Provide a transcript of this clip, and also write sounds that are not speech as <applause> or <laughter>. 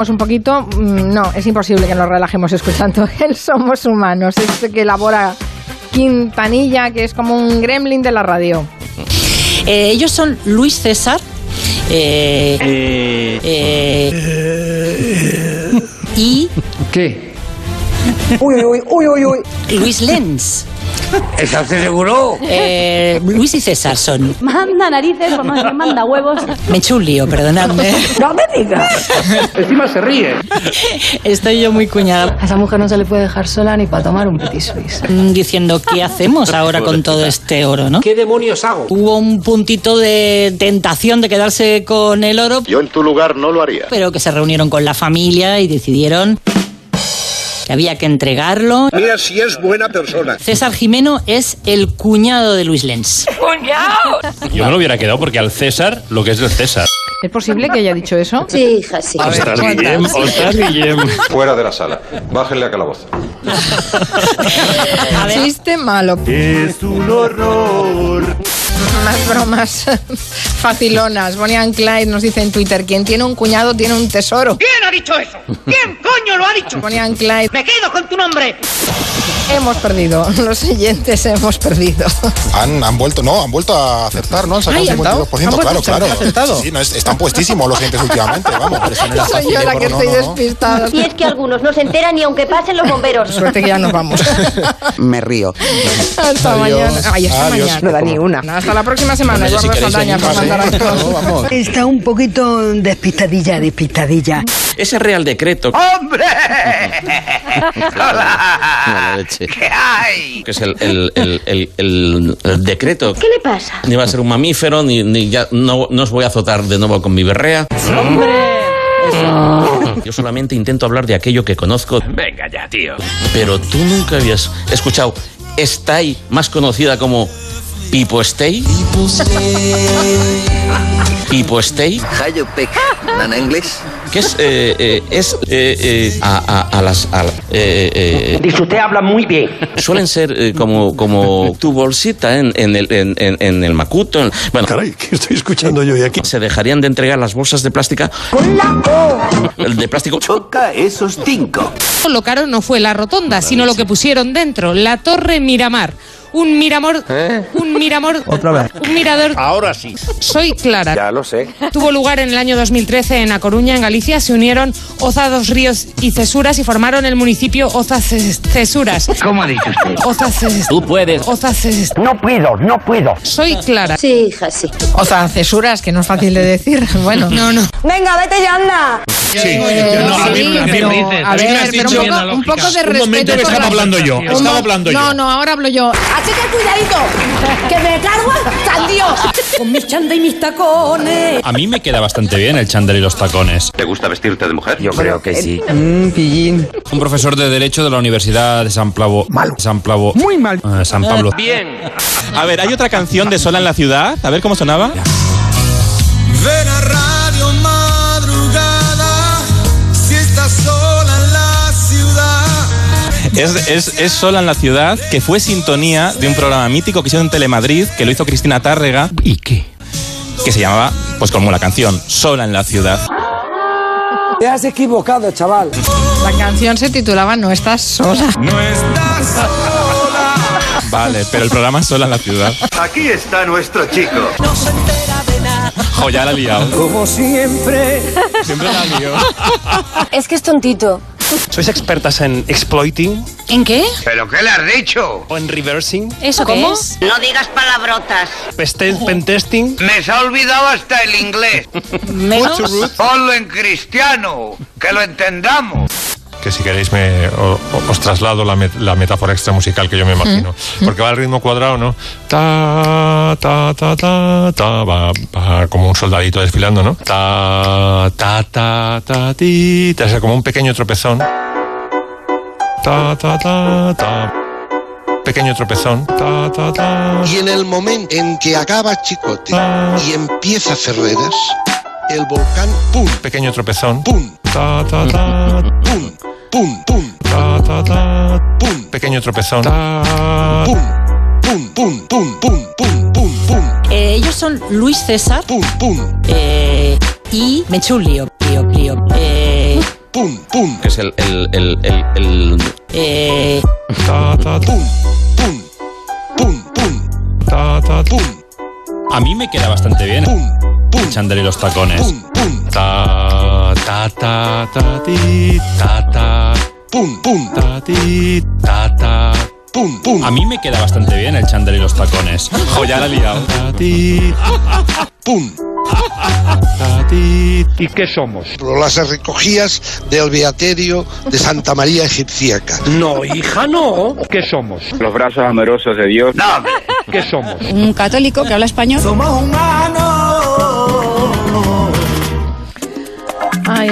Pues un poquito, mm, no, es imposible que nos relajemos escuchando <laughs> el Somos Humanos, este que elabora Quintanilla, que es como un gremlin de la radio. Eh, ellos son Luis César eh, eh, y... ¿Qué? Uy, uy, uy, uy, uy. Luis Lenz. ¿Estás seguro? Eh, Luis y César son. Manda narices, por más que manda huevos. Me he hecho un lío, perdonadme. No me digas. Encima se ríe. Estoy yo muy cuñada A esa mujer no se le puede dejar sola ni para tomar un petit suisse. mm, diciendo qué hacemos ahora con todo este oro, ¿no? ¿Qué demonios hago? Hubo un puntito de tentación de quedarse con el oro, Yo en tu lugar no lo haría. pero que se reunieron con la familia y decidieron que había que entregarlo. Mira si es buena persona. César Jimeno es el cuñado de Luis Lenz. Yo me lo hubiera quedado porque al César, lo que es el César. ¿Es posible que haya dicho eso? Sí, hija, sí. Ostras, Guillem, ostras, Guillem. Fuera de la sala. Bájenle a calabozo. A ver, Chiste malo. Es un horror. Más bromas <laughs> facilonas. Bonnie and Clyde nos dice en Twitter, quien tiene un cuñado tiene un tesoro. ¿Quién ha dicho eso? ¿Quién coño lo ha dicho? Bonnie and Clyde, Me quedo con tu nombre. hemos perdido. <laughs> Los siguientes hemos perdido. Han, han vuelto, no, han vuelto a acertar, ¿no? Han sacado Ay, un ¿han dado? 52%, ¿Han claro, vuelto a claro. acertar? ¿Han Sí, sí, no, es- están puestísimos los clientes últimamente, vamos. <laughs> Soy ¿eh? yo la ¿eh? que estoy despistada. Y es que algunos no se enteran ni aunque pasen los bomberos. <laughs> Suerte que ya nos vamos. Me río. Hasta mañana. Ay, hasta Adiós. mañana. No da ni una. Hasta la próxima semana, Bueno, yo si Eduardo queréis Saldaña, por venir, ¿eh? mandar a todos. No, vamos. Está un poquito despistadilla, despistadilla. Ese Real Decreto ¡Hombre! <laughs> Mala leche. ¿Qué hay? que es el, el, el, el- el- el decreto. ¿Qué le pasa? Ni va a ser un mamífero, ni, ni ya no, no os voy a azotar de nuevo con mi berrea. Yo solamente intento hablar de aquello que conozco, Venga ya, tío. pero tú nunca habías escuchado Stay, más conocida como Pipo Stay. Pipo Stay, Hayo peca. ¿Nana inglés? que es, eh, eh, es eh, eh, a, a- a las... a- eh, eh, eh, Dice, usted habla muy bien. Suelen ser eh, como, <laughs> como tu bolsita en, en el, en, en- en el macuto. en- bueno, Caray, ¿qué estoy escuchando yo y aquí? se dejarían de entregar las bolsas de plástica. El de plástico. Choca esos cinco. Lo caro no fue la rotonda, sino lo que pusieron dentro, la Torre Miramar. Un miramor, un miramor, un mirador. Ahora sí. Soy Clara. Ya lo sé. Tuvo lugar en el año 2013 en A Coruña, en Galicia. Se unieron Oza dos Ríos y Cesuras y formaron el municipio Oza Ces- Cesuras. ¿Cómo ha dicho usted? Oza Ces- Tú puedes. Oza Ces- No puedo, no puedo. Soy Clara. Sí, hija, sí. O sea, cesuras, que no es fácil de decir. <laughs> Bueno, No, no. Venga, vete ya, anda. Sí, no, a mí me pero- dices. pero A ver, me has pero dicho- un poco- un poco de Un respeto momento que por la estaba hablando yo. Un mo- Estaba hablando no, yo. no, ahora hablo yo. Así que cuidadito, que me cargo hasta Dios. Con mis chanda y mis tacones. A mí me queda bastante bien el chándal y los tacones. ¿Te gusta vestirte de mujer? Yo Creo que sí. Un profesor de Derecho de la Universidad de San Pablo. Malo. San Pablo. Muy mal. San Pablo. Bien. A ver, hay otra canción de Sola en la ciudad. A ver cómo sonaba. Ven a radio madrugada. Si estás sola en la ciudad. Es, Sola en la ciudad, que fue sintonía de un programa mítico que hizo en Telemadrid, que lo hizo Cristina Tárrega. ¿Y qué? Que se llamaba, pues como la canción, Sola en la ciudad. Te has equivocado, chaval. La canción se titulaba No estás sola. No estás sola. Vale, pero el programa es Sola en la ciudad. Aquí está nuestro chico. Jo, ya la he liado. Como siempre. Siempre la lío. Es que es tontito. ¿Sois expertas en exploiting ¿En qué? ¿Pero qué le has dicho? o en reversing? Eh. ¿Eso qué es? No digas palabrotas. Pentesting. Me se ha olvidado hasta el inglés. menos. Ponlo en cristiano, que lo entendamos. que si queréis me, o- o- os traslado la, met- la metáfora extra musical que yo me imagino. Porque va al ritmo cuadrado, ¿no? Ta, ta, ta, ta, ta, va, va como un soldadito desfilando, ¿no? Ta, ta, ta, ta, ti, ta, o sea, como un pequeño tropezón. Ta, ta, ta, ta. Pequeño tropezón. Ta, ta, ta. en el momento en que acaba Chicote y empieza Ferreras, el volcán, pum, Pequeño tropezón. pum, Ta, ta, ta. pum, pum, pum, Ta, ta, ta. pum, Pequeño tropezón. Ta, pum, pum, pum, pum, pum, pum, pum, pum, Eh, ellos son Luis César pum, pum. eh, y me he hecho un lío, lío, lío. Eh, pum, pum. Es el. el, el, el, el- Eh, Ta, ta, ta. Ta, ta, ta. A mí me queda bastante bien. Echándole los tacones. Ta, ta, ta, ta, ti, ta, ta. Pum, pum. Ta, ti, ta, ta. Pum, pum. A mí me queda bastante bien el chándal y los tacones. Jo, ya la he liado. Ta, ti. <laughs> ¡Pum! ¿Y qué somos? Las recogías del Beaterio de Santa María Egipciaca. No, hija, no. ¿Qué somos? Los brazos amorosos de Dios. No, ¿Qué somos? Un católico que habla español. Ay,